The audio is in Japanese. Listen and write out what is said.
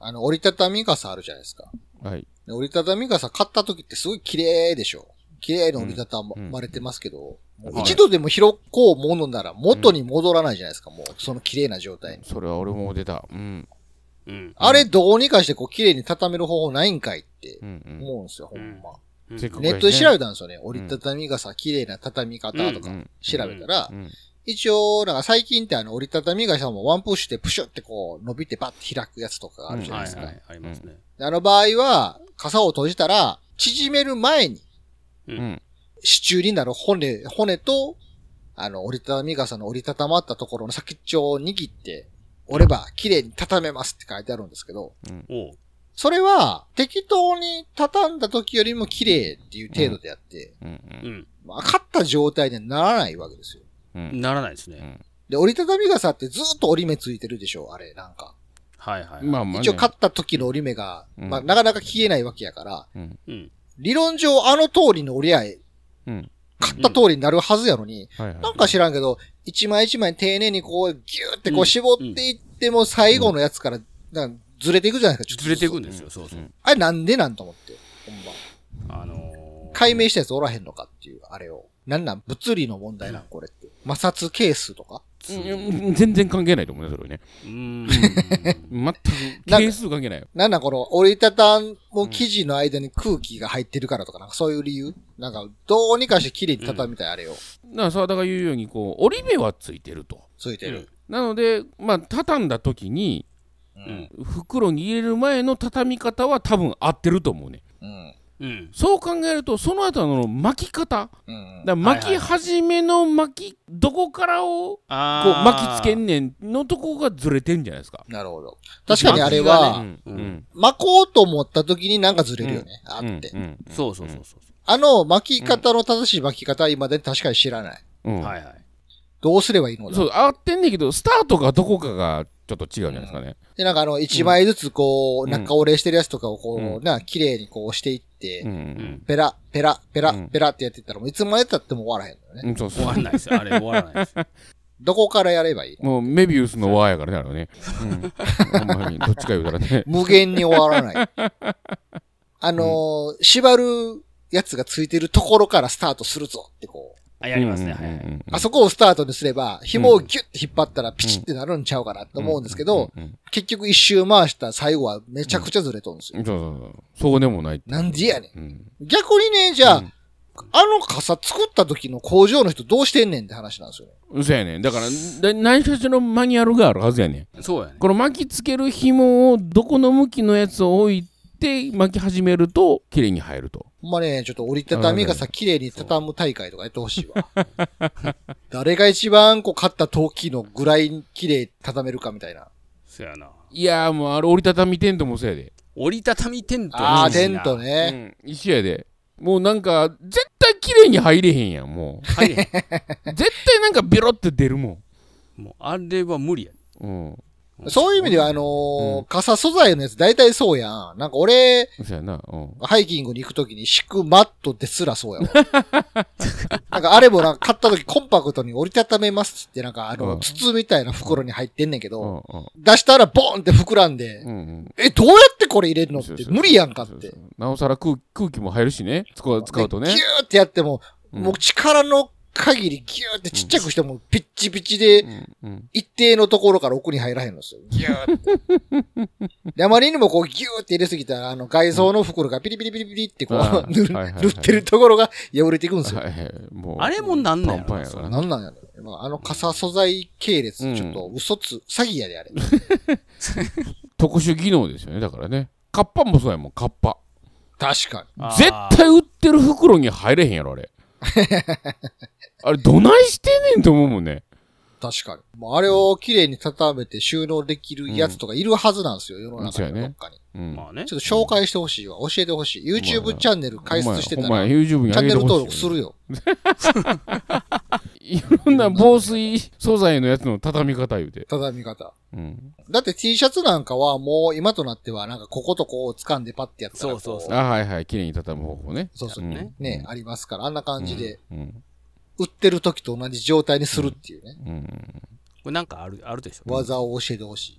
あの、折りたたみ傘あるじゃないですか。はい。で折りたたみ傘買った時ってすごい綺麗でしょ。綺麗に折りたたまれてますけど、うんもう一度でも拾こうものなら元に戻らないじゃないですか、もうその綺麗な状態に。それは俺も出た。うん。うん。あれどうにかしてこう綺麗に畳める方法ないんかいってうんうん。思うんですよ、ほんま。うんせっかくネットで調べたんですよね。折りたたみ傘、綺麗な畳み方とかうん調べたらう、ん。一応、なんか最近ってあの折りたたみ傘もワンプッシュでプシュってこう伸びてバッて開くやつとかがあるじゃないですか。はいはい、ありますね。であの場合は、傘を閉じたら、縮める前に、ううん。支柱になる骨、骨と、あの、折りたたみ傘の折りたたまったところの先っちょを握って、折れば綺麗に畳めますって書いてあるんですけど、おう。それは適当に畳んだ時よりも綺麗っていう程度であって、うんううんん。まあ、勝った状態にはならないわけですよ。うん。ならないですね。で、折りたたみ傘ってずーっと折り目ついてるでしょ、あれ、なんか。はいはい。まあまあね。一応勝った時の折り目が、うんまあ、なかなか消えないわけやから、うん。うん。理論上あの通りの折り合い、うん。買った通りになるはずやのに、はいはい。。なんか知らんけど、一枚一枚丁寧にこう、ギューってこう絞っていっても最後のやつから、なんかずれていくじゃないですか、ちょっとずれていくんですよ、そうそううんあれなんでなんと思って、ほんま。あのー、解明したやつおらへんのかっていう、あれを。なんなん物理の問題なんこれって。摩擦係数とかうんうん全然関係ないと思うね、それはね。うーん。全く、係数関係ないよ。なんなんこの折りたたむ生地の間に空気が入ってるからとか、なんかそういう理由なんかどうにかして綺麗に畳みたい、あれを。だから沢田が言うように、こう、折り目はついてると。ついてる。なので、まあ、畳んだ時に、うん。袋に入れる前の畳み方は多分合ってると思うね。うん。うん。そう考えると、その後の巻き方、うん。だから巻き始めの巻き、どこからをこう巻きつけんね。ねんのとこがずれてんじゃないですか。なるほど。確かにあれうは、んう巻こうと思った時になんかずれるよね。あって。うんそうそうそうそあの巻き方の正しい巻き方は今で確かに知らない。うんう。うんはいはい。どうすればいいのだそう、合ってんねんけど、スタートがどこかがちょっと違うんじゃないですかね。で、なんかあの、一枚ずつこう、うん中折れしてるやつとかをこう、うんな、綺麗にこう押していって、うん。ペラ、ペラ、ペうラん、ペラってやってったら、もういつまでたっても終わらへんのよね。うん、そうそ終わう。らないですよ。あれ終わらない です。どこからやればいいのもうメビウスの輪やからね、あれ はね。うん。ほんまに、どっちか言うたらね。無限に終わらない。あのー縛るやつがついてるところからスタートするぞってこう、あ、やりますね。はいはうんうんい。うんあそこをスタートにすれば、紐をギュッて引っ張ったらピチってなるんちゃうかなと思うんですけど、、うんうん結局一周回した最後はめちゃくちゃずれとるんですうよ。んそうそうそう。そうでもないって。なんでやねん。うん。逆にね、じゃあ、うんあの傘作った時の工場の人どうしてんねんって話なんですよね。そうやねん。だから、だ何かしらのマニュアルがあるはずやねん。そうやね。この巻きつける紐をどこの向きのやつを置いて巻き始めると綺麗に入ると。ほんまね、ちょっと折りたたみ傘綺麗に畳む大会とかやってほしい わ。誰が一番こう勝った時のぐらい綺麗に畳めるかみたいな。そうやな。いやーもうあれ折りたたみテントもそうやで。折りたたみテントあはあ、いいテな。ントうね。ん、一緒やで。もうなんか絶対綺麗に入れへんやん、も う。入れへ絶対なんかビロって出るもん。もう、あれは無理 や。ん。うん。そういう意味では、あのー傘素材のやつ大体そうやん。なんか俺、そうやな。うん。ハイキングに行くときに敷くマットですらそうやわ。 なんかあれもなんか買ったときコンパクトに折りたためますってなんかあうの、ん筒みたいな袋に入ってんねんけうど、んうん出したらボーンって膨らんでう、んえ、どうやってこれ入れるうのん。っそてうそうそう無理やんかっそうて。そうそうなおさら空空気も入るしね。使う使うとねでギ。ューってやっても、うんもう力の限りギューってちっちゃくしても、ピッチピチで、うんうん一定のところから奥に入らへんのですよ。ギューって。で、あまりにもこうギューって入れすぎたら、あの、外装の袋がピリピリピリピリってこあう、ー塗る、はいはいはい塗ってるところが破れていくんですよ。はいはいもうあれもなんなんやろパンパンやからななんなんやろね、まあ、あの傘素材系列、うんちょっと嘘つ、詐欺やであれ。特殊技能ですよね。だからね。カッパもそうやもん、カッパ。確かに。あー絶対売ってる袋に入れへんやろ、あれ。あれ、どないしてんねんと思うもんね。確かに。もうあれを綺麗に畳めて収納できるやつとかいるはずなんですよ、世の中そうにやねどっかに。うん。まあねち。ょっと紹介してほしいわ。教えてほしい。YouTube チャンネル開設してたお前、ら、ほんチまや YouTube にャ上ンげネてルほしい登録するよ。いろんな防水素材のやつの畳み方言うて。畳み方。うん。だって T シャツなんかはもう今となってはなんかこことこを掴んでパッてやったらこそうそうそあ、はいはい。綺麗に畳む方法ね。そうそううんねね、ありますから、あんな感じで、うん。売ってる時と同じ状態にするっていうね、うん。これなんかある、あるでしょ。技を教えてほしい。